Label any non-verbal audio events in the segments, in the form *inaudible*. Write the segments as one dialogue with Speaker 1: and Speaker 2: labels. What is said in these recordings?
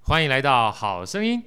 Speaker 1: 欢迎来到《好声音》。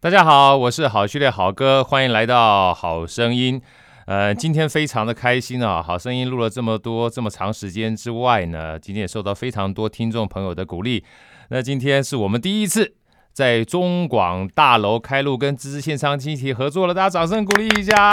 Speaker 1: 大家好，我是好序列好哥，欢迎来到《好声音》。呃，今天非常的开心啊！好声音录了这么多这么长时间之外呢，今天也受到非常多听众朋友的鼓励。那今天是我们第一次在中广大楼开录，跟知识线上一起合作了，大家掌声鼓励一下，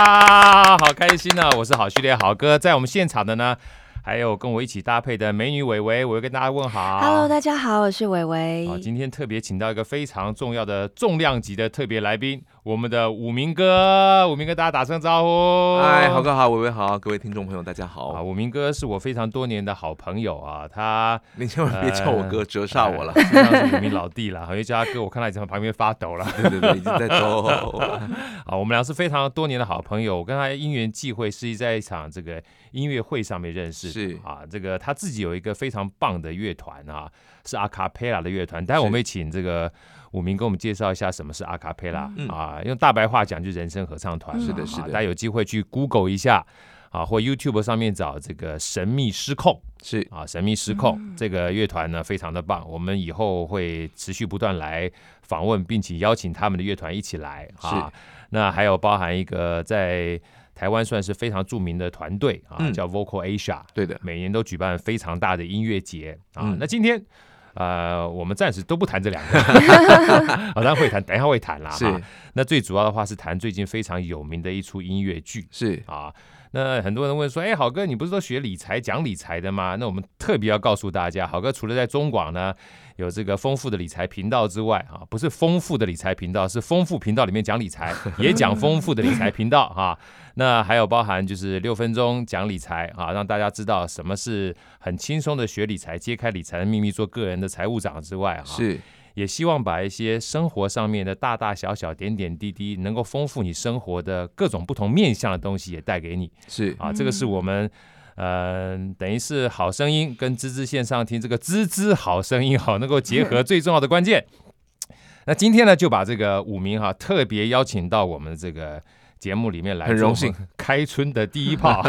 Speaker 1: 好开心啊！我是好序列好哥，在我们现场的呢，还有跟我一起搭配的美女伟伟，我要跟大家问好。
Speaker 2: Hello，大家好，我是伟伟。
Speaker 1: 好，今天特别请到一个非常重要的重量级的特别来宾，我们的武明哥，武明哥，大家打声招呼。
Speaker 3: 嗨，豪哎哥好，伟伟好，各位听众朋友大家
Speaker 1: 啊，
Speaker 3: 哦好。
Speaker 1: 武明哥是我非常多年的好朋友啊，他
Speaker 3: 你千万别叫我哥，折煞我了。
Speaker 1: 哎实际上是武明老弟了，好像叫他哥，我看他已经在旁边发抖了。
Speaker 3: *laughs* 对对对，已经在抖。
Speaker 1: 啊，我们俩是非常多年的好朋友，我跟他因缘际会是在一场这个音乐会上面认识的。
Speaker 3: 是
Speaker 1: 啊，这个他自己有一个非常棒的乐团啊，是阿卡贝拉的乐团。待会
Speaker 3: 是
Speaker 1: 我们也请这个武明给我们介绍一下什么是阿卡贝拉
Speaker 3: 嗯
Speaker 1: 啊，用大白话讲就是人声合唱团嘛。
Speaker 3: 是的
Speaker 1: 啊
Speaker 3: 是的
Speaker 1: 大家有机会去 Google 一下啊，或 YouTube 上面找这个神秘失控。
Speaker 3: *laughs* 是
Speaker 1: 啊，神秘失控、
Speaker 3: 嗯
Speaker 1: 这个乐团呢非常的棒，我们以后会持续不断来访问，并且邀请他们的乐团一起来啊。那还有包含一个在台湾算是非常著名的团队啊，
Speaker 3: 嗯
Speaker 1: 叫 Vocal Asia，
Speaker 3: 对的，
Speaker 1: 每年都举办非常大的音乐节啊。
Speaker 3: 嗯
Speaker 1: 那今天呃，我们暂时都不谈这两
Speaker 3: *laughs*
Speaker 1: 个，啊，当然会谈，等一下会谈啦。哈
Speaker 3: 是
Speaker 1: 那最主要的话是谈最近非常有名的一出音乐剧，
Speaker 3: 是
Speaker 1: 啊。那很多人问说，哎，好哥，你不是都学理财、讲理财的吗？那我们特别要告诉大家，好哥除了在中广呢有这个丰富的理财频道之外，啊，不是丰富的理财频道，是丰富频道里面讲理财，也讲丰富的理财频道啊。那还有包含就是六分钟讲理财啊，让大家知道什么是很轻松的学理财，揭开理财的秘密，做个人的财务长之外，啊，
Speaker 3: 是
Speaker 1: 也希望把一些生活上面的大大小小、点点滴滴，能够丰富你生活的各种不同面向的东西也带给你
Speaker 3: 是
Speaker 1: 啊。这个是我们。嗯，等于是好声音跟滋滋线上听这个滋滋好声音好能够结
Speaker 3: 嗯
Speaker 1: 合最重要的关键。那今天呢，就把这个五名哈、特别邀请到我们这个节目里面来，
Speaker 3: 很荣幸，
Speaker 1: *laughs* 开春的第一炮，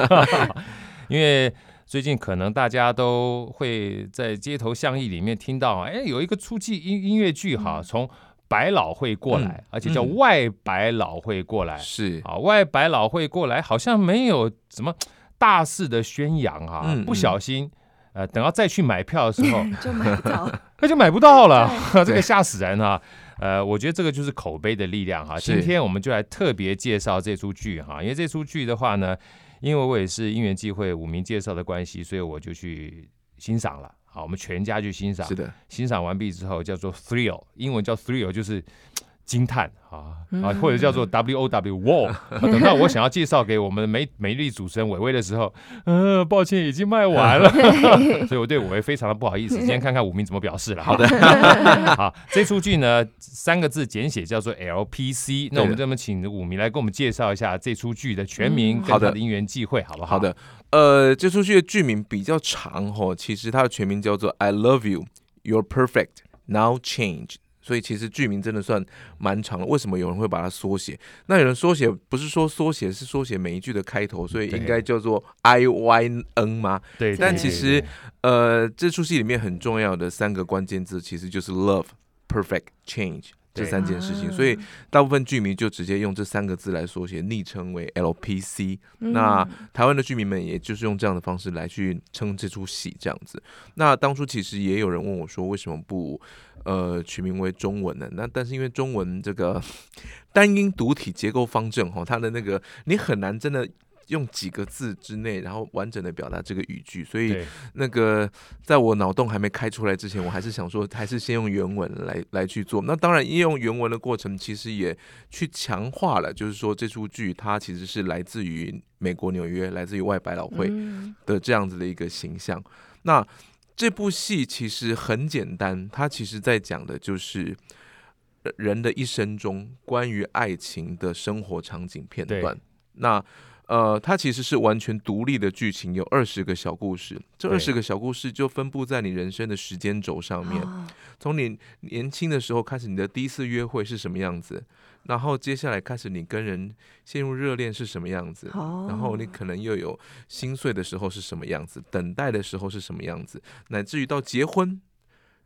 Speaker 1: *laughs* 因为最近可能大家都会在街头巷议里面听到，哎，有一个出季音音乐剧哈，从百老汇过来，而且叫
Speaker 3: 嗯
Speaker 1: 外百老汇过
Speaker 3: 哎
Speaker 1: 来，
Speaker 3: 是
Speaker 1: 啊，外百老汇过来好像没有什么大肆的宣扬哈、
Speaker 3: 嗯
Speaker 1: 不小心。呃，等到再去买票的时候，
Speaker 2: 就买不
Speaker 3: *laughs*
Speaker 2: 到，
Speaker 1: 那就买不到了， *laughs* 这个
Speaker 3: 对
Speaker 1: 吓死人啊！呃，我觉得这个就是口碑的力量哈。啊
Speaker 3: 是
Speaker 1: 今天我们就来特别介绍这出剧哈，因为这出剧的话呢，因为我也是因缘际会五名介绍的关系，所以我就去欣赏了。好，我们全家去欣赏
Speaker 3: 是，的，
Speaker 1: 欣赏完毕之后叫做 thrill，英文叫 thrill，就是惊叹啊啊，
Speaker 2: 嗯
Speaker 1: 或者叫做 W O W wow 啊。等到我想要介绍给我们美美丽主持人伟伟的时候，嗯、抱歉已经卖完了，所以我对伟伟非常的不好意思。今天看看武明怎么表示了。好的，好， *laughs* 这出剧呢三个字简写叫做 L P C。那我们
Speaker 3: 对
Speaker 1: 这么请武明来给我们介绍一下这出剧的全名
Speaker 2: 嗯
Speaker 1: 跟它
Speaker 3: 好的
Speaker 1: 的因缘际会，好不好？
Speaker 3: 好，的。呃，这出剧的剧名比较长哦，其实它的全名叫做《I Love You, You're Perfect, Now Change》。所以其实剧名真的算蛮长的，为什么有人会把它缩写？那有人缩写不是说缩写是缩写每一句的开头，所以
Speaker 1: 对
Speaker 3: 应该叫做 I Y N 吗？
Speaker 1: 对。
Speaker 2: 但
Speaker 1: 对
Speaker 2: 其
Speaker 3: 实
Speaker 1: 对
Speaker 3: 呃，这出戏里面很重要的三个关键字其实就是 love、perfect、change 这
Speaker 1: 对啊
Speaker 3: 三件事情，所以大部分剧迷就直接用这三个字来缩写，昵称为 LPC。
Speaker 2: 嗯
Speaker 3: 那台湾的剧迷们也就是用这样的方式来去称这出戏这样子。那当初其实也有人问我说，为什么不呃取名为中文呢？那但是因为中文这个 *laughs* 单音独体结构方正哈，它的那个你很难真的。用几个字之内，然后完整的表达这个语句，所以
Speaker 1: 对
Speaker 3: 那个在我脑洞还没开出来之前，我还是想说，还是先用原文来来去做。那当然，应用原文的过程其实也去强化了，就是说这出剧它其实是来自于美国纽约，来自于外百老汇
Speaker 2: 嗯
Speaker 3: 的这样子的一个形象。那这部戏其实很简单，它其实在讲的就是呃人的一生中关于爱情的生活场景片
Speaker 1: 对
Speaker 3: 段。那呃，它其实是完全独立的剧情，有二十个小故事，这
Speaker 1: 对
Speaker 3: 二十个小故事就分布在你人生的时间轴上面。
Speaker 2: 哦
Speaker 3: 从你年轻的时候开始，你的第一次约会是什么样子，然后接下来开始你跟人陷入热恋是什么样子，
Speaker 2: 哦
Speaker 3: 然后你可能又有心碎的时候是什么样子，等待的时候是什么样子，乃至于到结婚，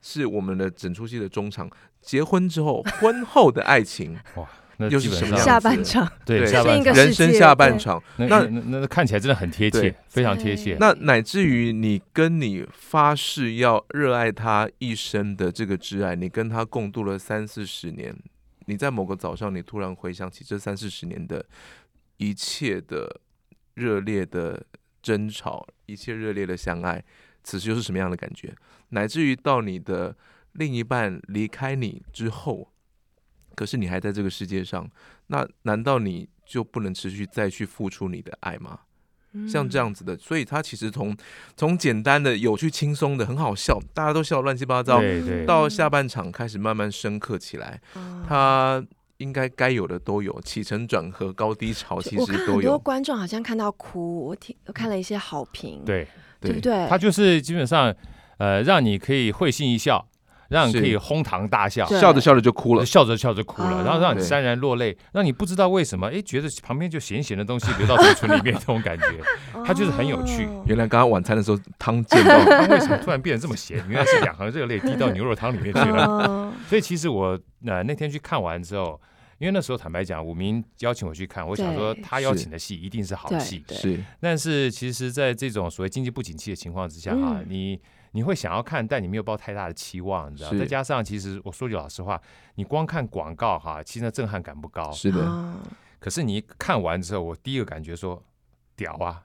Speaker 3: 是我们的整出戏的中场。结婚之后，婚后的
Speaker 2: *laughs*
Speaker 3: 爱情，
Speaker 1: 那
Speaker 3: 又
Speaker 1: 基
Speaker 3: 是
Speaker 1: 本
Speaker 3: 什
Speaker 1: 上
Speaker 3: 么样
Speaker 2: 下半场
Speaker 1: 对
Speaker 3: 对
Speaker 1: 下半
Speaker 2: 另一个
Speaker 1: 场，
Speaker 2: 世界
Speaker 3: 人生下半场。
Speaker 1: 那
Speaker 3: 那
Speaker 1: 那那那看起来真的很贴切
Speaker 3: 对，
Speaker 1: 非常贴切。
Speaker 3: 那乃至于你跟你发誓要热爱他一生的这个挚爱，你跟他共度了三四十年，你在某个早上，你突然回想起这三四十年的一切的热烈的争吵，一切热烈的相爱，此时又是什么样的感觉？乃至于到你的另一半离开你之后，可是你还在这个世界上，那难道你就不能持续再去付出你的爱吗？ *laughs* 像
Speaker 2: 嗯
Speaker 3: 这，样子的，所以它其实从从简单的、有趣、轻松的、很好笑，大家都笑得乱七八糟，
Speaker 1: 对对，
Speaker 3: 到下半场开始慢慢深刻起来，
Speaker 2: 嗯哦
Speaker 3: 它应该该有的都有，起承转合、高低潮
Speaker 2: 就
Speaker 3: 其
Speaker 2: 我看
Speaker 3: 实都
Speaker 2: 很多
Speaker 3: 有。
Speaker 2: 观众好像看到哭，我听我看了一些好
Speaker 3: 嗯
Speaker 2: 评，
Speaker 1: 对，
Speaker 2: 对不对？
Speaker 1: 他就是基本上呃，让你可以会心一笑，让你
Speaker 3: 是
Speaker 1: 可以哄堂大笑。
Speaker 2: 对
Speaker 3: 笑着笑着就哭
Speaker 2: *laughs*
Speaker 3: 了，
Speaker 1: 笑着笑着哭了，
Speaker 2: 哦
Speaker 1: 然后让你
Speaker 3: 对
Speaker 1: 潸然落泪，让你不知道为什么，哎，觉得旁边就咸咸的东西流到嘴唇里面这种感
Speaker 2: *laughs*
Speaker 1: 觉，他就是很有趣
Speaker 2: 哦
Speaker 3: 原来刚刚晚餐的时候
Speaker 2: *laughs*
Speaker 3: 汤溅到，
Speaker 1: 它为什么突然变得这么咸？原来是两行热泪滴到牛肉汤里面去
Speaker 2: *laughs*
Speaker 1: 了。
Speaker 3: *laughs*
Speaker 2: 哦
Speaker 1: 所以其实我呃那天去看完之后，因为那时候坦白讲，武明邀请我去看，我想说
Speaker 2: 对
Speaker 1: 他邀请的戏一定是好
Speaker 2: 对
Speaker 1: 戏，
Speaker 2: 对
Speaker 3: 是
Speaker 1: 但是其实，在这种所谓经济不景气的情况之下哈、
Speaker 2: 嗯
Speaker 1: 你你会想要看，但你没有抱太大的期望，你知道？
Speaker 3: 是
Speaker 1: 再加上，其实我说句老实话，你光看广告哈，其实那震撼感不高。
Speaker 3: 是的，
Speaker 2: 哦
Speaker 1: 可是你一看完之后，我第一个感觉说，屌啊，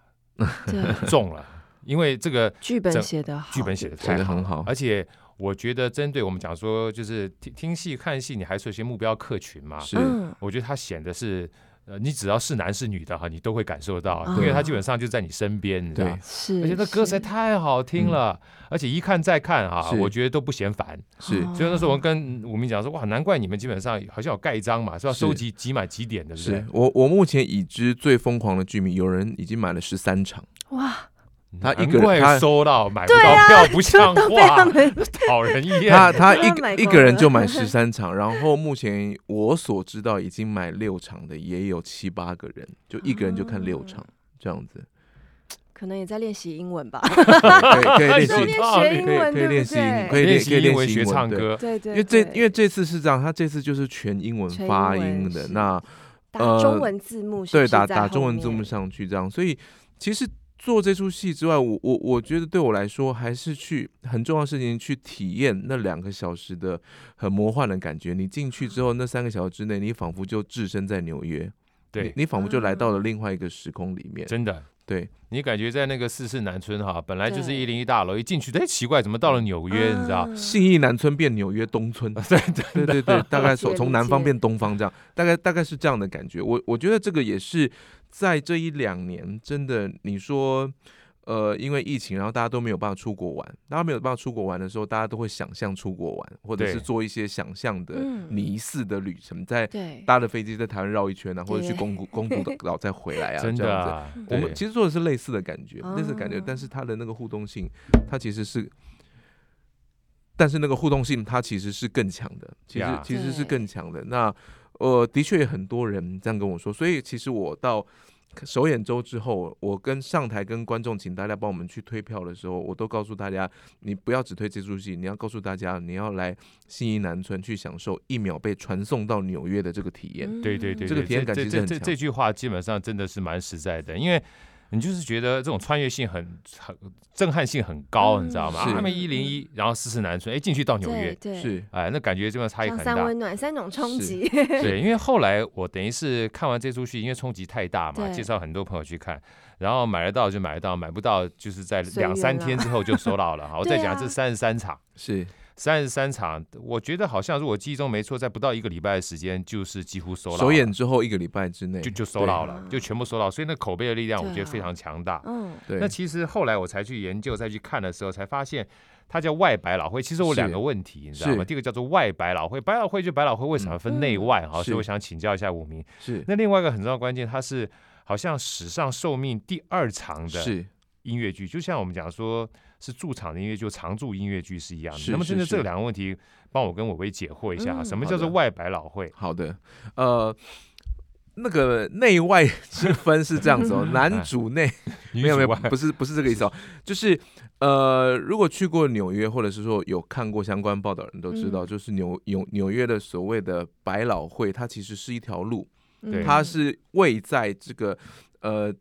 Speaker 2: 对，
Speaker 1: 中了，因为这个
Speaker 2: 剧本
Speaker 1: 整
Speaker 2: 写的好，
Speaker 1: 剧本写的
Speaker 3: 写
Speaker 1: 太
Speaker 3: 的
Speaker 1: 好，
Speaker 3: 很好，
Speaker 2: 哎
Speaker 1: 而且。我觉得针对我们讲说，就是听听戏、看戏，你还是有些目标客群嘛。
Speaker 3: 是
Speaker 2: 嗯，
Speaker 1: 我觉得它显得是，呃，你只要是男是女的哈，你都会感受到，
Speaker 3: 哦
Speaker 2: 嗯
Speaker 1: 因为它基本上就在你身边，你知道
Speaker 3: 对。
Speaker 2: 是，
Speaker 1: 而且那歌实在
Speaker 2: 是
Speaker 1: 太好听了，而且一看再看啊，
Speaker 3: 嗯是
Speaker 1: 我觉得都不嫌烦。
Speaker 3: 是
Speaker 2: 哦
Speaker 1: 所以那时候我跟武明讲说，哇，难怪你们基本上好像有盖章嘛，是要
Speaker 3: 是
Speaker 1: 收集几满几点的，对不
Speaker 3: 是
Speaker 1: 对？
Speaker 3: 我我目前已知最疯狂的剧迷，有人已经买了十三场，
Speaker 2: 哇，
Speaker 3: 他
Speaker 1: 嗯
Speaker 3: 一
Speaker 1: 难
Speaker 3: 个人
Speaker 1: 怪
Speaker 3: 他啊
Speaker 1: 收到买不到
Speaker 2: 对啊
Speaker 1: 票，不像
Speaker 2: 都被他
Speaker 1: 话，
Speaker 2: 们
Speaker 1: *laughs*
Speaker 2: *laughs*
Speaker 1: 讨人厌。
Speaker 3: 他他
Speaker 2: 都
Speaker 3: 一
Speaker 2: 要 *laughs* 买光
Speaker 3: 个一个人
Speaker 2: 了
Speaker 3: 就买十三场，然后目前我所知道已经买六场的也有七八个人，就一个人就看六
Speaker 2: 嗯
Speaker 3: 场这样子， *laughs*
Speaker 2: 可能也在练习英
Speaker 1: *laughs*
Speaker 2: 文吧，
Speaker 3: 可以可以练习
Speaker 1: 有点道
Speaker 2: 在，练
Speaker 1: 理
Speaker 2: 学英
Speaker 3: 可以
Speaker 2: 文，
Speaker 3: 可以
Speaker 2: 对不
Speaker 3: 练习英，
Speaker 2: 对？
Speaker 3: 可以
Speaker 1: 练
Speaker 3: 练可
Speaker 1: 习
Speaker 3: 以
Speaker 1: 英
Speaker 3: 练
Speaker 1: 文
Speaker 3: 习
Speaker 1: 学
Speaker 3: 英文
Speaker 1: 唱
Speaker 3: 对
Speaker 1: 歌，
Speaker 2: 对对，
Speaker 3: 因为这
Speaker 2: 对
Speaker 3: 因为这次是这样，他这次就是全英文
Speaker 2: 全
Speaker 3: 发
Speaker 2: 英文
Speaker 3: 音的
Speaker 2: 是
Speaker 3: 那
Speaker 2: 打
Speaker 3: 呃
Speaker 2: 中文字幕是不
Speaker 3: 对
Speaker 2: 是
Speaker 3: 打
Speaker 2: 在
Speaker 3: 打
Speaker 2: 后
Speaker 3: 中文字幕
Speaker 2: 面
Speaker 3: 上去这样，所以其实做这出戏之外，我我我觉得对我来说还是去很重要的事情，去体验那两个小时的很魔幻的感觉。你进去之后，那三个小时之内，你仿佛就置身在纽约，你
Speaker 1: 对，
Speaker 3: 你仿佛就来到了
Speaker 2: 嗯
Speaker 3: 另外一个时空里面。
Speaker 1: 真的。
Speaker 3: 对，
Speaker 1: 你感觉在那个四四南村哈，本来就是
Speaker 2: 对
Speaker 1: 一零一大楼，一进去，哎，奇怪，怎么到了纽约？你知道？
Speaker 2: 啊
Speaker 3: 信义南村变纽约东
Speaker 1: *laughs*
Speaker 3: 村，
Speaker 1: 对对
Speaker 3: 对对对，大概
Speaker 2: 理
Speaker 3: 从
Speaker 2: 解
Speaker 3: 从
Speaker 2: 理
Speaker 3: 南方
Speaker 2: 解
Speaker 3: 变东方这样，大概大概是这样的感觉。我我觉得这个也是在这一两年，真的你说，呃，因为疫情，然后大家都没有办法出国玩，大家没有办法出国玩的时候，大家都会想象出国玩，或者
Speaker 1: 对
Speaker 3: 是做一些想象的
Speaker 2: 嗯
Speaker 3: 疑似的旅程，在
Speaker 2: 对，
Speaker 3: 搭着飞机在台湾绕一圈啊，或者去
Speaker 2: 对
Speaker 3: 宫古宫古岛再回来
Speaker 1: *laughs*
Speaker 3: 啊，
Speaker 1: 真
Speaker 3: 这
Speaker 1: 的
Speaker 3: 样子。
Speaker 1: 啊。
Speaker 2: 嗯
Speaker 3: 我们
Speaker 1: 对
Speaker 3: 其实做的是类似的感觉，类似的感觉，
Speaker 2: 哦
Speaker 3: 但是它的那个互动性，它其实是，但是那个互动性它其实是更强的，其实
Speaker 1: Yeah
Speaker 3: 其实是
Speaker 2: 对
Speaker 3: 更强的。那呃，的确也很多人这样跟我说，所以其实我到首演周之后，我跟上台跟观众请大家帮我们去推票的时候，我都告诉大家，你不要只推这出戏，你要告诉大家你要来信义南村去享受一秒被传送到纽约的这个体验。
Speaker 2: 嗯
Speaker 1: 对对对，
Speaker 3: 这个
Speaker 1: 对
Speaker 3: 体验
Speaker 1: 这
Speaker 3: 感
Speaker 1: 这
Speaker 3: 其实
Speaker 1: 这
Speaker 3: 很
Speaker 1: 这
Speaker 3: 强
Speaker 1: 这句话基本上真的是蛮实在的，因为你就是觉得这种穿越性很很震撼性很高，
Speaker 2: 嗯
Speaker 1: 你知道吗？啊
Speaker 3: 是
Speaker 1: 他们一零一，然后四四南村，哎，进去到纽约，
Speaker 2: 对，对
Speaker 3: 是
Speaker 1: 哎，那感觉真的差异
Speaker 2: 像
Speaker 1: 很
Speaker 2: 三
Speaker 1: 大。
Speaker 2: 温 *laughs* 暖三种冲
Speaker 3: 是
Speaker 2: 击，
Speaker 3: *laughs*
Speaker 1: 对，因为后来我等于是看完这出戏，因为冲击太大嘛，
Speaker 2: 对
Speaker 1: 介绍很多朋友去看，然后买得到就买得到，买不到就是在
Speaker 2: 随
Speaker 1: 两
Speaker 2: 缘
Speaker 1: 三
Speaker 2: 啦
Speaker 1: 天之后就收到了。
Speaker 2: *laughs*
Speaker 1: 哈，我再
Speaker 2: 对
Speaker 1: 讲
Speaker 2: 啊
Speaker 1: 这三十三场。
Speaker 3: 是
Speaker 1: 三十三场，我觉得好像如果记忆中没错，在不到一个礼拜的时间，就是几乎收到
Speaker 3: 首
Speaker 1: 了
Speaker 3: 演之后一个礼拜之内
Speaker 1: 就就收到了，就
Speaker 2: 对
Speaker 1: 全部收到，所以那口碑的力量
Speaker 2: 啊对
Speaker 1: 我
Speaker 2: 啊
Speaker 1: 觉得非常强大。
Speaker 2: 嗯，
Speaker 3: 对
Speaker 1: 那其实后来我才去研究、再去看的时候，才发现它叫外百老汇。其实我有
Speaker 3: 是
Speaker 1: 两个问题，你知道吗？
Speaker 3: 是
Speaker 1: 第一个叫做外百老汇，百老汇就百老汇，为什么分内外哈？
Speaker 3: 嗯
Speaker 1: 所以我
Speaker 3: 是
Speaker 1: 想请教一下武明。
Speaker 3: 是
Speaker 1: 那另外一个很重要的关键，它是好像史上寿命第二长的
Speaker 3: 是
Speaker 1: 音乐剧，就像我们讲说是驻场的音乐剧、常驻音乐剧是一样的。
Speaker 3: 是
Speaker 1: 那么，
Speaker 3: 是
Speaker 1: 针对
Speaker 3: 是
Speaker 1: 这两个问题，帮我跟伟伟解惑一下啊，
Speaker 2: 嗯
Speaker 1: 什么叫做
Speaker 3: 好的
Speaker 1: 外百老汇？
Speaker 3: 好的，呃。那个内外之分是这样子哦，男主内没有没有，
Speaker 1: 女主外
Speaker 3: 不是不是这个意思哦，就是呃，如果去过纽约，或者是说有看过相关报道的人都知道，
Speaker 2: 嗯
Speaker 3: 就是纽纽纽约的所谓的百老汇，它其实是一条路，
Speaker 2: 嗯
Speaker 1: 对
Speaker 3: 它是位在这个呃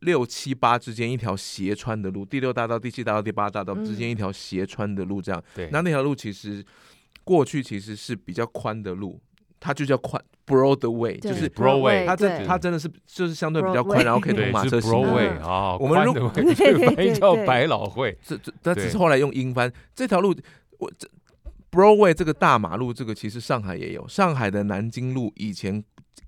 Speaker 3: 六七八之间一条斜穿的路，第六大道、第七大道、第八大道之间
Speaker 2: 嗯
Speaker 3: 一条斜穿的路，这样。
Speaker 1: 对，
Speaker 3: 那那条路其实过去其实是比较宽的路，它就叫宽 Broadway，
Speaker 2: 对
Speaker 3: 就是。
Speaker 1: Broadway，
Speaker 3: 它
Speaker 2: 对
Speaker 3: 真它真的是就是相对比较
Speaker 2: Broadway
Speaker 3: 宽，然后可以通
Speaker 1: 对，
Speaker 3: 马
Speaker 1: 是
Speaker 3: 车行
Speaker 2: 驶
Speaker 1: Broadway
Speaker 2: 嗯
Speaker 1: 啊，
Speaker 3: 我
Speaker 1: *laughs*
Speaker 3: 们
Speaker 1: 宽
Speaker 3: 如
Speaker 1: 的
Speaker 2: 对对
Speaker 1: 翻译
Speaker 2: 对
Speaker 1: 叫
Speaker 2: 对
Speaker 1: 百老汇，
Speaker 3: 这这，但只
Speaker 1: 对
Speaker 3: 是后来用英翻这条路，我这 Broadway 这个大马路，这个其实上海也有，上海的南京路以前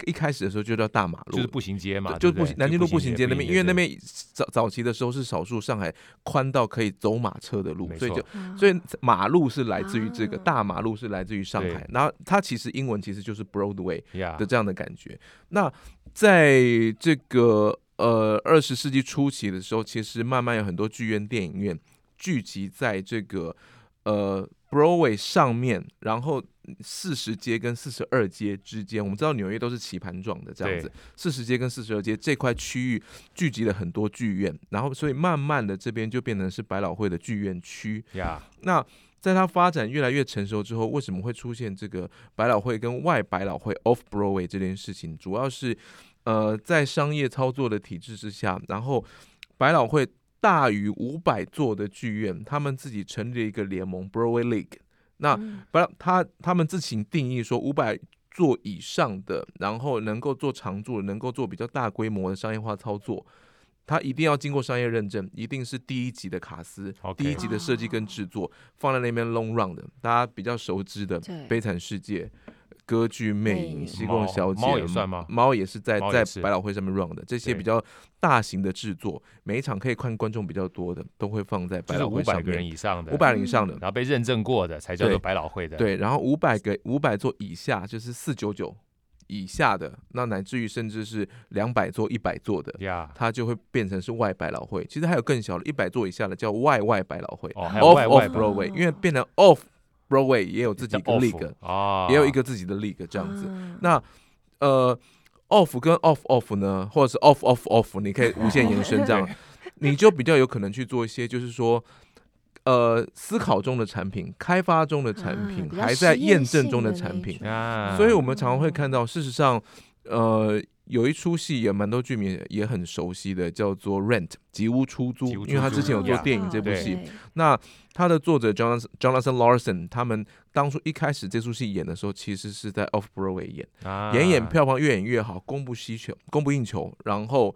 Speaker 3: 一开始的时候就叫大马
Speaker 1: 就是
Speaker 3: 路。
Speaker 1: 步行街嘛，对
Speaker 3: 就步
Speaker 1: 不
Speaker 3: 行
Speaker 1: 对？
Speaker 3: 南京路步行街那边，因为那
Speaker 1: 对
Speaker 3: 边早早期的时候是少数上海宽到可以走马车的路
Speaker 1: 没，
Speaker 3: 所以
Speaker 1: 错
Speaker 3: 就所
Speaker 2: 以
Speaker 3: 以马路是来自于这个
Speaker 2: 啊
Speaker 3: 大马路是来自于上海
Speaker 1: 对，啊
Speaker 3: 然后它其实英文其实就是 Broadway，
Speaker 1: 呀
Speaker 3: 的，这样的感觉。那在这个呃二十世纪初期的时候，其实慢慢有很多剧院、电影院聚集在这个呃 Broadway 上面，然后四十街跟四十二街之间，我们知道纽约都是棋盘状的这样子
Speaker 1: 对，
Speaker 3: 四十街跟四十二街这块区域聚集了很多剧院，然后所以慢慢的这边就变成是百老汇的剧院区。
Speaker 1: 呀，
Speaker 3: 那在它发展越来越成熟之后，为什么会出现这个百老汇跟外百老汇 （Off Broadway） 这件事情？主要是呃，在商业操作的体制之下，然后百老汇大于五百座的剧院，他们自己成立了一个联盟 （Broadway League）。那
Speaker 2: 嗯
Speaker 3: 百老他他们自行定义说，五百座以上的，然后能够做常驻，能够做比较大规模的商业化操作。它一定要经过商业认证，一定是第一级的卡司
Speaker 1: OK
Speaker 3: 第一级的设计跟制作，放在那边 long run 的，大家比较熟知的
Speaker 2: 对
Speaker 3: 《悲惨世界》《歌剧魅影》
Speaker 2: 魅影
Speaker 3: 《西贡小姐》
Speaker 1: 猫猫也算吗
Speaker 3: 猫也是在
Speaker 1: 猫也
Speaker 3: 在
Speaker 1: 是
Speaker 3: 百老汇上面 run 的，这些
Speaker 1: 对
Speaker 3: 比较大型的制作，每一场可以看观众比较多的，都会放在
Speaker 1: 就
Speaker 3: 百
Speaker 1: 是
Speaker 3: 老
Speaker 1: 五
Speaker 3: 汇上
Speaker 1: 百
Speaker 3: 面。
Speaker 1: 个人以上的，
Speaker 3: 五百人以上的，
Speaker 1: 然后被认证过的才叫做
Speaker 3: 对
Speaker 1: 百老汇的，
Speaker 3: 对，然后五百个五百座以下就是四九九以下的，那乃至于甚至是两百座、一百座的，
Speaker 1: 呀，
Speaker 3: 它就会变成是外百老汇。其实还有更小的，一百座以下的叫外外百老汇、
Speaker 1: 哦，还有
Speaker 3: o f
Speaker 1: 外
Speaker 3: f
Speaker 1: 外
Speaker 3: off
Speaker 1: 百
Speaker 3: Broadway，因为变成 off Broadway 也有自己一
Speaker 1: 叫
Speaker 3: 个
Speaker 1: off
Speaker 3: league，
Speaker 1: 啊，
Speaker 3: 也有一个自己的 league 这样子。
Speaker 2: 子
Speaker 3: 那呃，off 跟 off off 呢，或者是 off off off，你可以无限延伸这 *laughs* 样，你就比较有可能去做一些，就是说。呃，思考中的产品、开发中的产品，还在验证中的产品，
Speaker 1: 啊，
Speaker 3: 所以我们常常会
Speaker 2: 嗯
Speaker 3: 看到，事实上，呃，有一出戏也蛮多剧迷也很熟悉的，叫做《Rent》吉屋出租，
Speaker 1: 吉屋出租
Speaker 3: 因为他之前有做
Speaker 1: 呀
Speaker 3: 电影这部
Speaker 1: 对
Speaker 3: 戏，
Speaker 2: 哦
Speaker 3: 那它的作者 Jonathan Jonathan Larson，他们当初一开始这出戏演的时候，其实是在 Off Broadway 演，
Speaker 1: 啊
Speaker 3: 演演票房越演越好，供不需求，供不应求，然后。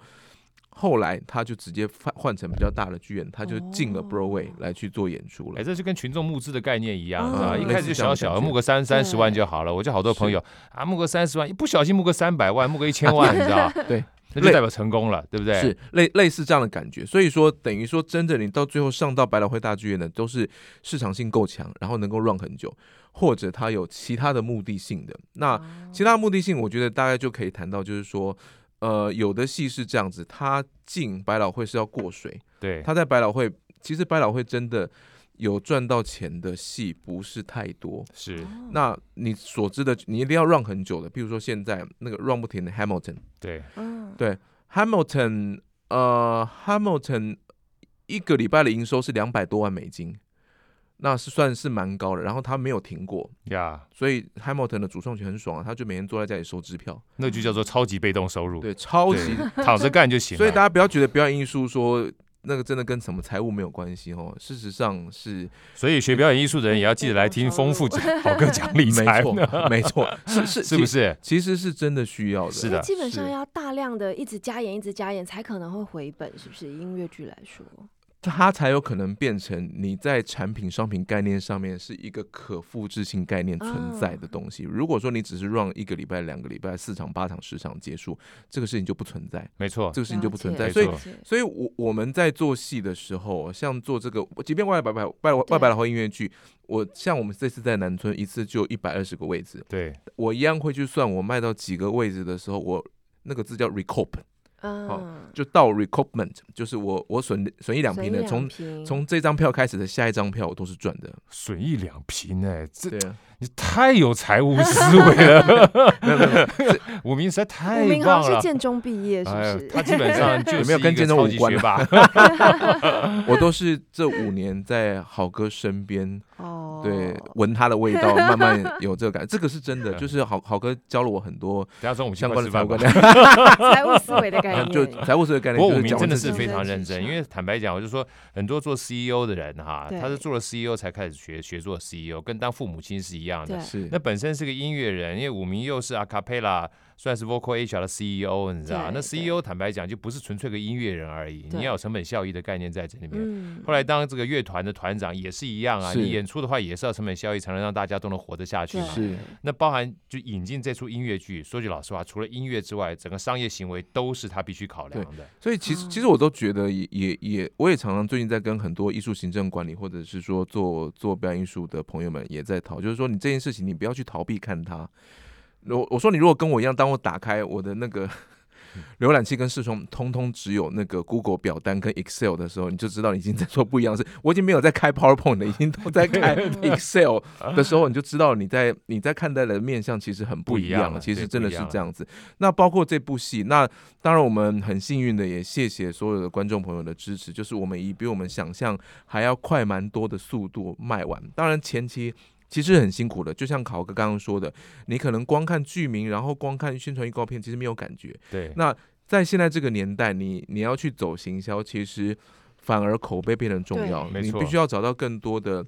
Speaker 3: 后来他就直接换换成比较大的剧院，他就进了
Speaker 2: 哦
Speaker 3: Broadway 来去做演出了。
Speaker 1: 哎，这就跟群众募资的概念一样，是吧？
Speaker 2: 嗯
Speaker 1: 一开始就小小的
Speaker 3: 类似这样的感觉
Speaker 1: 募个三三十万就好了。我就好多朋友啊，募个三十万，一不小心募个三百万，募个一千万，你知道？
Speaker 3: *laughs* 对，
Speaker 1: 那就代表成功了，对不对？
Speaker 3: 是类类似这样的感觉。所以说，等于说，真的你到最后上到百老汇大剧院的，都是市场性够强，然后能够 run 很久，或者它有其他的目的性的。
Speaker 2: 哦
Speaker 3: 那其他目的性，我觉得大概就可以谈到，就是说。呃，有的戏是这样子，它进百老汇是要过水，
Speaker 1: 对，
Speaker 3: 它在百老汇，其实百老汇真的有赚到钱的戏不是太多。
Speaker 1: 是，
Speaker 2: 哦嗯
Speaker 3: 那你所知的，你一定要 run 很久的，譬如说现在那个 run 不停的 Hamilton，
Speaker 1: 对，
Speaker 2: 嗯，
Speaker 3: Hamilton，呃，Hamilton 一个礼拜的营收是两百多万美金，那是算是蛮高的。然后他没有停过，
Speaker 1: 呀，
Speaker 3: 所以 Hamilton 的主创权很爽啊，他就每天坐在家里收支票，
Speaker 1: 那就叫做超级被动收入，
Speaker 3: 对，超级。
Speaker 1: 躺着干就行了。
Speaker 3: 所以大家不要觉得表演艺术说那个真的跟什么财务没有关系哦，事实上是
Speaker 1: 所以学表演艺术的人也要记得来听丰富
Speaker 3: *laughs*
Speaker 1: 讲好歌讲理
Speaker 3: 没
Speaker 1: 财，
Speaker 3: *laughs* 错，
Speaker 1: *laughs*
Speaker 3: 没错，是是
Speaker 1: 是不？
Speaker 3: 其
Speaker 1: 是？
Speaker 3: 其实是真的需要的，
Speaker 1: 是
Speaker 2: 因
Speaker 1: 的
Speaker 2: 为基本上
Speaker 3: 是
Speaker 2: 要大量的一直加演，一直加演，才可能会回本，是不是？音乐剧来说，
Speaker 3: 它才有可能变成你在产品、商品概念上面是一个可复制性概念存
Speaker 2: 啊
Speaker 3: 在的东西。如果说你只是 run 一个礼拜、两个礼拜、四场、八场、十场结束，这个事情就不存在，
Speaker 1: 没错，
Speaker 3: 这个事情就不存在。
Speaker 2: 了
Speaker 3: 所
Speaker 2: 解
Speaker 3: 以
Speaker 1: 没，
Speaker 2: 了解
Speaker 3: 所以我我们在做戏的时候，像做这个，即便外百百外外百老汇音乐剧，我像我们这次在南村一次就一百二十个位置，
Speaker 1: 对，
Speaker 3: 我一样会去算我卖到几个位置的时候，我那个字叫 recoup。
Speaker 2: 嗯，
Speaker 3: 就到 recoupment，就是我我损损一两
Speaker 2: 损
Speaker 3: 平
Speaker 2: 一
Speaker 3: 的，
Speaker 2: 两
Speaker 3: 从
Speaker 2: 瓶
Speaker 3: 从这张票开始的下一张票我都是赚的。
Speaker 1: 损益两平哎、这
Speaker 3: 对啊，
Speaker 1: 你太有财务思维
Speaker 3: *laughs*
Speaker 1: 了，
Speaker 3: 没有没有没有，
Speaker 1: 武明实在太
Speaker 2: 吴明
Speaker 1: 棒
Speaker 2: 航
Speaker 1: 了
Speaker 2: 是。建中毕业，是不
Speaker 1: 哎
Speaker 2: 是？
Speaker 1: 他基本
Speaker 3: *laughs*
Speaker 1: 上就
Speaker 3: 有
Speaker 1: 是
Speaker 3: 没有跟
Speaker 1: 一个
Speaker 3: 建中
Speaker 1: 超
Speaker 3: 无
Speaker 1: 级
Speaker 3: 关
Speaker 1: 学
Speaker 3: 啊 *laughs*
Speaker 1: 霸。
Speaker 3: 我都是这五年在好哥身边，
Speaker 2: *laughs* 哦，
Speaker 3: 对，闻他的味道，慢慢
Speaker 2: *laughs*
Speaker 3: 有这个感，这个是
Speaker 1: *laughs*
Speaker 3: 真的，就是好好哥教了我很多
Speaker 1: 等下中午去
Speaker 3: 相
Speaker 1: 快
Speaker 3: 关
Speaker 1: 吃
Speaker 3: 的财
Speaker 1: 饭
Speaker 3: 务
Speaker 1: 吧
Speaker 3: 观。念，
Speaker 2: 财务思维
Speaker 1: *laughs*
Speaker 2: 的概念，
Speaker 3: *laughs*
Speaker 2: *laughs*
Speaker 3: 就财务思维概
Speaker 1: 不过武
Speaker 3: 念，就是
Speaker 1: 明
Speaker 3: 讲
Speaker 1: 真的
Speaker 3: 自
Speaker 1: 是
Speaker 3: 己
Speaker 1: 非常认
Speaker 2: 自
Speaker 1: 真，
Speaker 2: 己
Speaker 1: 因为坦白讲，我就说很多做 CEO 的人哈，
Speaker 2: 对
Speaker 1: 他是做了 CEO 才开始学学做 CEO，跟当父母亲是一样的
Speaker 2: 对。
Speaker 3: 是
Speaker 1: 那本身是个音乐人，因为武明又是 a cappella，算是 vocal HR 的 CEO，你知道？
Speaker 2: 对
Speaker 1: 那
Speaker 2: 对
Speaker 1: CEO 坦白讲就不是纯粹个音乐人而已，
Speaker 2: 对
Speaker 1: 你要有成本效益的概念在这里面。
Speaker 2: 嗯
Speaker 1: 后来当这个乐团的团长也是一样啊，
Speaker 3: 是
Speaker 1: 你演出的话也是要成本效益，才能让大家都能活得下去
Speaker 2: 对
Speaker 1: 嘛。
Speaker 3: 是
Speaker 1: 那包含就引进这出音乐剧，说句老实话，除了音乐之外，整个商业行为都是他必须考量的。
Speaker 3: 所以其实
Speaker 2: 哦
Speaker 3: 其实我都觉得也也也，我也常常最近在跟很多艺术行政管理或者是说做做表演艺术的朋友们也在讨，就是说你这件事情你不要去逃避看它。我我说你如果跟我一样，当我打开我的那个浏览器跟视窗，通通只有那个 Google 表单跟 Excel 的时候，你就知道你已经在做不一样的事。 *laughs* 我已经没有在开 PowerPoint 了，已经都
Speaker 1: *laughs*
Speaker 3: 在开 Excel 的时候，你就知道你在你在看待的面向其实很不一
Speaker 1: 不一样
Speaker 3: 样
Speaker 1: 了
Speaker 3: 了。其
Speaker 1: 对
Speaker 3: 实
Speaker 1: 不
Speaker 3: 真的
Speaker 1: 一
Speaker 3: 是
Speaker 1: 样啊了
Speaker 3: 这样子。那包括这部戏，那当然，我们很幸运的也谢谢所有的观众朋友的支持，就是我们以比我们想象还要快蛮多的速度卖完。当然前期。其实很辛苦的，就像考哥刚刚说的，你可能光看剧名，然后光看宣传预告片，其实没有感觉。
Speaker 1: 对，
Speaker 3: 那在现在这个年代，你你要去走行销，其实反而口碑变得重
Speaker 2: 对
Speaker 3: 要，
Speaker 1: 没
Speaker 3: 你
Speaker 1: 错
Speaker 3: 必须要找到更多的。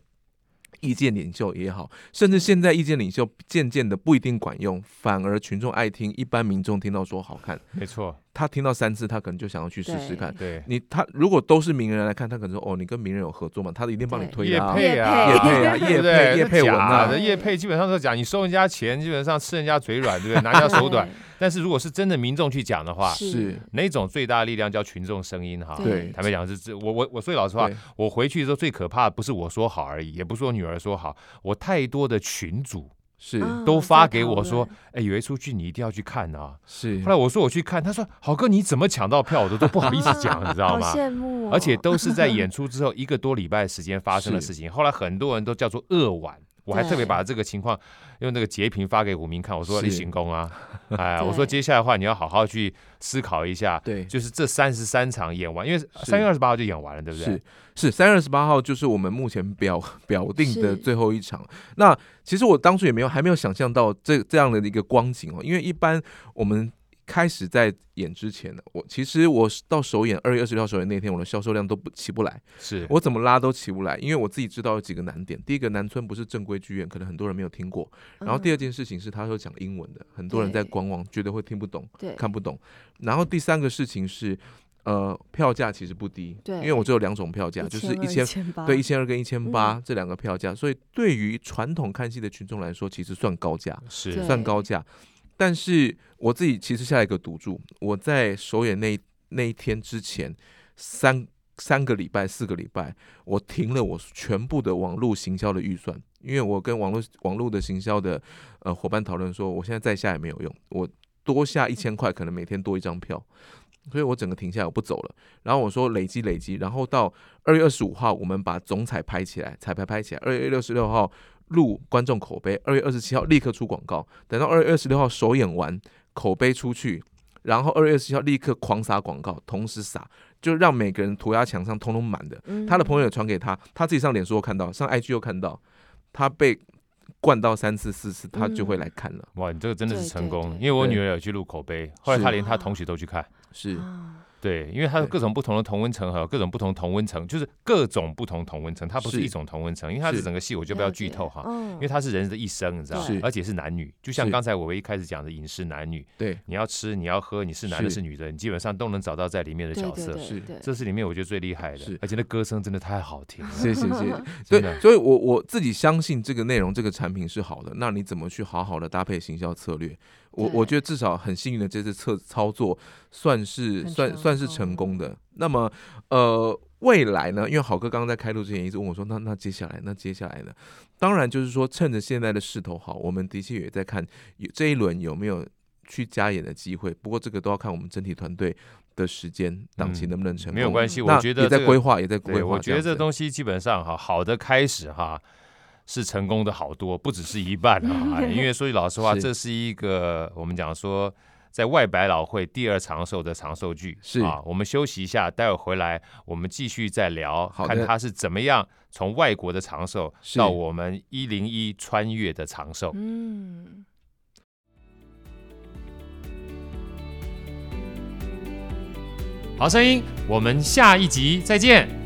Speaker 3: 意见领袖也好，甚至现在意见领袖渐渐的不一定管用，反而群众爱听，一般民众听到说好看，
Speaker 1: 没错，
Speaker 3: 他听到三次，他可能就想要去试试看。
Speaker 1: 对。
Speaker 3: 你他如果都是名人来看，他可能说哦，你跟名人有合作嘛，他一定帮你
Speaker 2: 对
Speaker 3: 推啊，
Speaker 1: 配啊，
Speaker 2: 业
Speaker 3: 配啊
Speaker 1: 对不
Speaker 3: 业
Speaker 1: 对
Speaker 3: 配业配文啊
Speaker 1: 那假的业配基本上都讲，你收人家钱，基本上吃人家嘴软，对不对？拿人家手短。但是如果是真的民众去讲的话，啊
Speaker 2: 是
Speaker 3: 是
Speaker 1: 那种最大力量叫群众声音哈。
Speaker 3: 对
Speaker 1: 坦白讲是这，我我我说句老实话
Speaker 3: 对，
Speaker 1: 我回去之后最可怕的不是我说好而已，也不是我女儿说好，我太多的群主
Speaker 3: 是
Speaker 2: 啊
Speaker 1: 都
Speaker 2: 在
Speaker 1: 发给
Speaker 2: 讨
Speaker 1: 我说
Speaker 2: 论，
Speaker 1: 哎，有一出剧你一定要去看啊。
Speaker 3: 是
Speaker 1: 后来我说我去看，他说好哥你怎么抢到票，我都都不好意思讲，你知道
Speaker 2: 好
Speaker 1: 吗？
Speaker 2: 羡慕哦，
Speaker 1: 而且都是在演出之后一个多礼拜时间发生的
Speaker 3: 是
Speaker 1: 事情。后来很多人都叫做恶晚，我还特别
Speaker 2: 对
Speaker 1: 把这个情况用那个截屏发给武明看，我说
Speaker 3: 是
Speaker 1: 你行功啊，哎，
Speaker 2: 对
Speaker 1: 我说接下来的话你要好好去思考一下，
Speaker 3: 对
Speaker 1: 就是这三十三场演完，因为三月二十八号就演完了，对不对
Speaker 3: 是？是三月二十八号就是我们目前表 *laughs* 表定的
Speaker 2: 是
Speaker 3: 最后一场。那其实我当初也没有还没有想象到这这样的一个光景哦，因为一般我们。开始在演之前呢，我其实我到首演二月二十六号首演那天，我的销售量都不起不来，
Speaker 1: 是，
Speaker 3: 我怎么拉都起不来，因为我自己知道有几个难点。第一个，南村不是正规剧院，可能很多人没有听过。
Speaker 2: 嗯，
Speaker 3: 然后第二件事情是，他有讲英文的，很多人在
Speaker 2: 对
Speaker 3: 观望，觉得会听不懂、
Speaker 2: 对
Speaker 3: 看不懂。然后第三个事情是，呃，票价其实不低，
Speaker 2: 对
Speaker 3: 因为我只有两种票
Speaker 1: 啊
Speaker 3: 价，就是一
Speaker 2: 一
Speaker 3: 千
Speaker 2: 千八，
Speaker 3: 对一千二跟一千八这两个票价，所以对于传统看戏的群众来说，其实算高价，
Speaker 1: 是
Speaker 2: 对
Speaker 3: 算高价。但是我自己其实下一个赌注，我在首演那一那一天之前三三个礼拜、四个礼拜，我停了我全部的网络行销的预算，因为我跟网络网络的行销的呃伙伴讨论说，我现在再下也没有用，我多下一千块，可能每天多一张票。所以我整个停下来，我不走了。然后我说累积累积，然后到二月二十五号，我们把总彩排起来，彩排拍起来。二月六十六号录观众口碑，二月二十七号立刻出广告，等到二月二十六号首演完，口碑出去，然后二月二十七号立刻狂撒广告，同时撒，就让每个人涂鸦墙上通通满的。
Speaker 2: 嗯
Speaker 3: 他的朋友也传给他，他自己上脸书又看到，上 IG 又看到，他被灌到三次四次，他就会来看了。
Speaker 1: 哇，你这个真的是
Speaker 2: 对
Speaker 1: 成
Speaker 2: 对
Speaker 1: 功，
Speaker 2: 对
Speaker 1: 因为我
Speaker 3: 对
Speaker 1: 女儿有去录口碑，后来她
Speaker 3: 是
Speaker 1: 连她同学都去看。
Speaker 3: 是
Speaker 2: 啊
Speaker 1: 对，因为它有
Speaker 3: 对
Speaker 1: 各种不同的同温层和各种不同同温层，就是各种不同同温层，它不是
Speaker 3: 是
Speaker 1: 一种同温层，因为它是
Speaker 3: 是
Speaker 1: 整个戏，我就不要剧透哈，，
Speaker 2: 因
Speaker 1: 因为它是人的一生，你知道吗
Speaker 3: 是？
Speaker 1: 而且是男女，就像
Speaker 3: 是
Speaker 1: 刚才我唯一开始讲的饮食男女，
Speaker 3: 对，
Speaker 1: 你要吃，你要喝，你是男的，
Speaker 3: 是
Speaker 1: 是女的，你基本上都能找到在里面的角色。
Speaker 3: 是
Speaker 1: 这是里面我觉得最厉害的
Speaker 3: 是，
Speaker 1: 而且那歌声真的太好听了，
Speaker 3: *laughs* 谢谢谢谢。
Speaker 1: 真
Speaker 3: 对，
Speaker 1: 的。
Speaker 3: 所以我我自己相信这个内容、这个产品是好的。那你怎么去好好的搭配行销策略？我
Speaker 2: 对
Speaker 3: 我觉得至少很幸运的这次测操作算是
Speaker 2: 很
Speaker 3: 算
Speaker 2: 成
Speaker 3: 算是
Speaker 2: 功
Speaker 3: 成功的。那么呃，未来呢？因为好哥刚刚在开录之前一直问我说，那那接下来那接下来呢？当然就是说，趁着现在的势头好，我们的确也在看有这一轮有没有。去加演的机会。不过这个都要看我们整体团队的时间档期
Speaker 1: 嗯
Speaker 3: 能不能成功。
Speaker 1: 没有关系，
Speaker 3: 那
Speaker 1: 我觉得
Speaker 3: 也在
Speaker 1: 这个
Speaker 3: 规划，也在规
Speaker 1: 对，
Speaker 3: 划样子。
Speaker 1: 我觉得这东西基本上哈，好的开始哈是成功的好多，不只是一半
Speaker 3: *laughs*
Speaker 1: 啊。因为说句老实话，
Speaker 3: 是
Speaker 1: 这是一个我们讲说在外百老汇第二长寿的长寿剧
Speaker 3: 是
Speaker 1: 啊。我们休息一下，待会儿回来我们继续再聊，
Speaker 3: 好的
Speaker 1: 看它是怎么样从外国的长寿
Speaker 3: 是
Speaker 1: 到我们一零一穿越的长寿。
Speaker 2: 嗯，
Speaker 1: 好声音，我们下一集再见。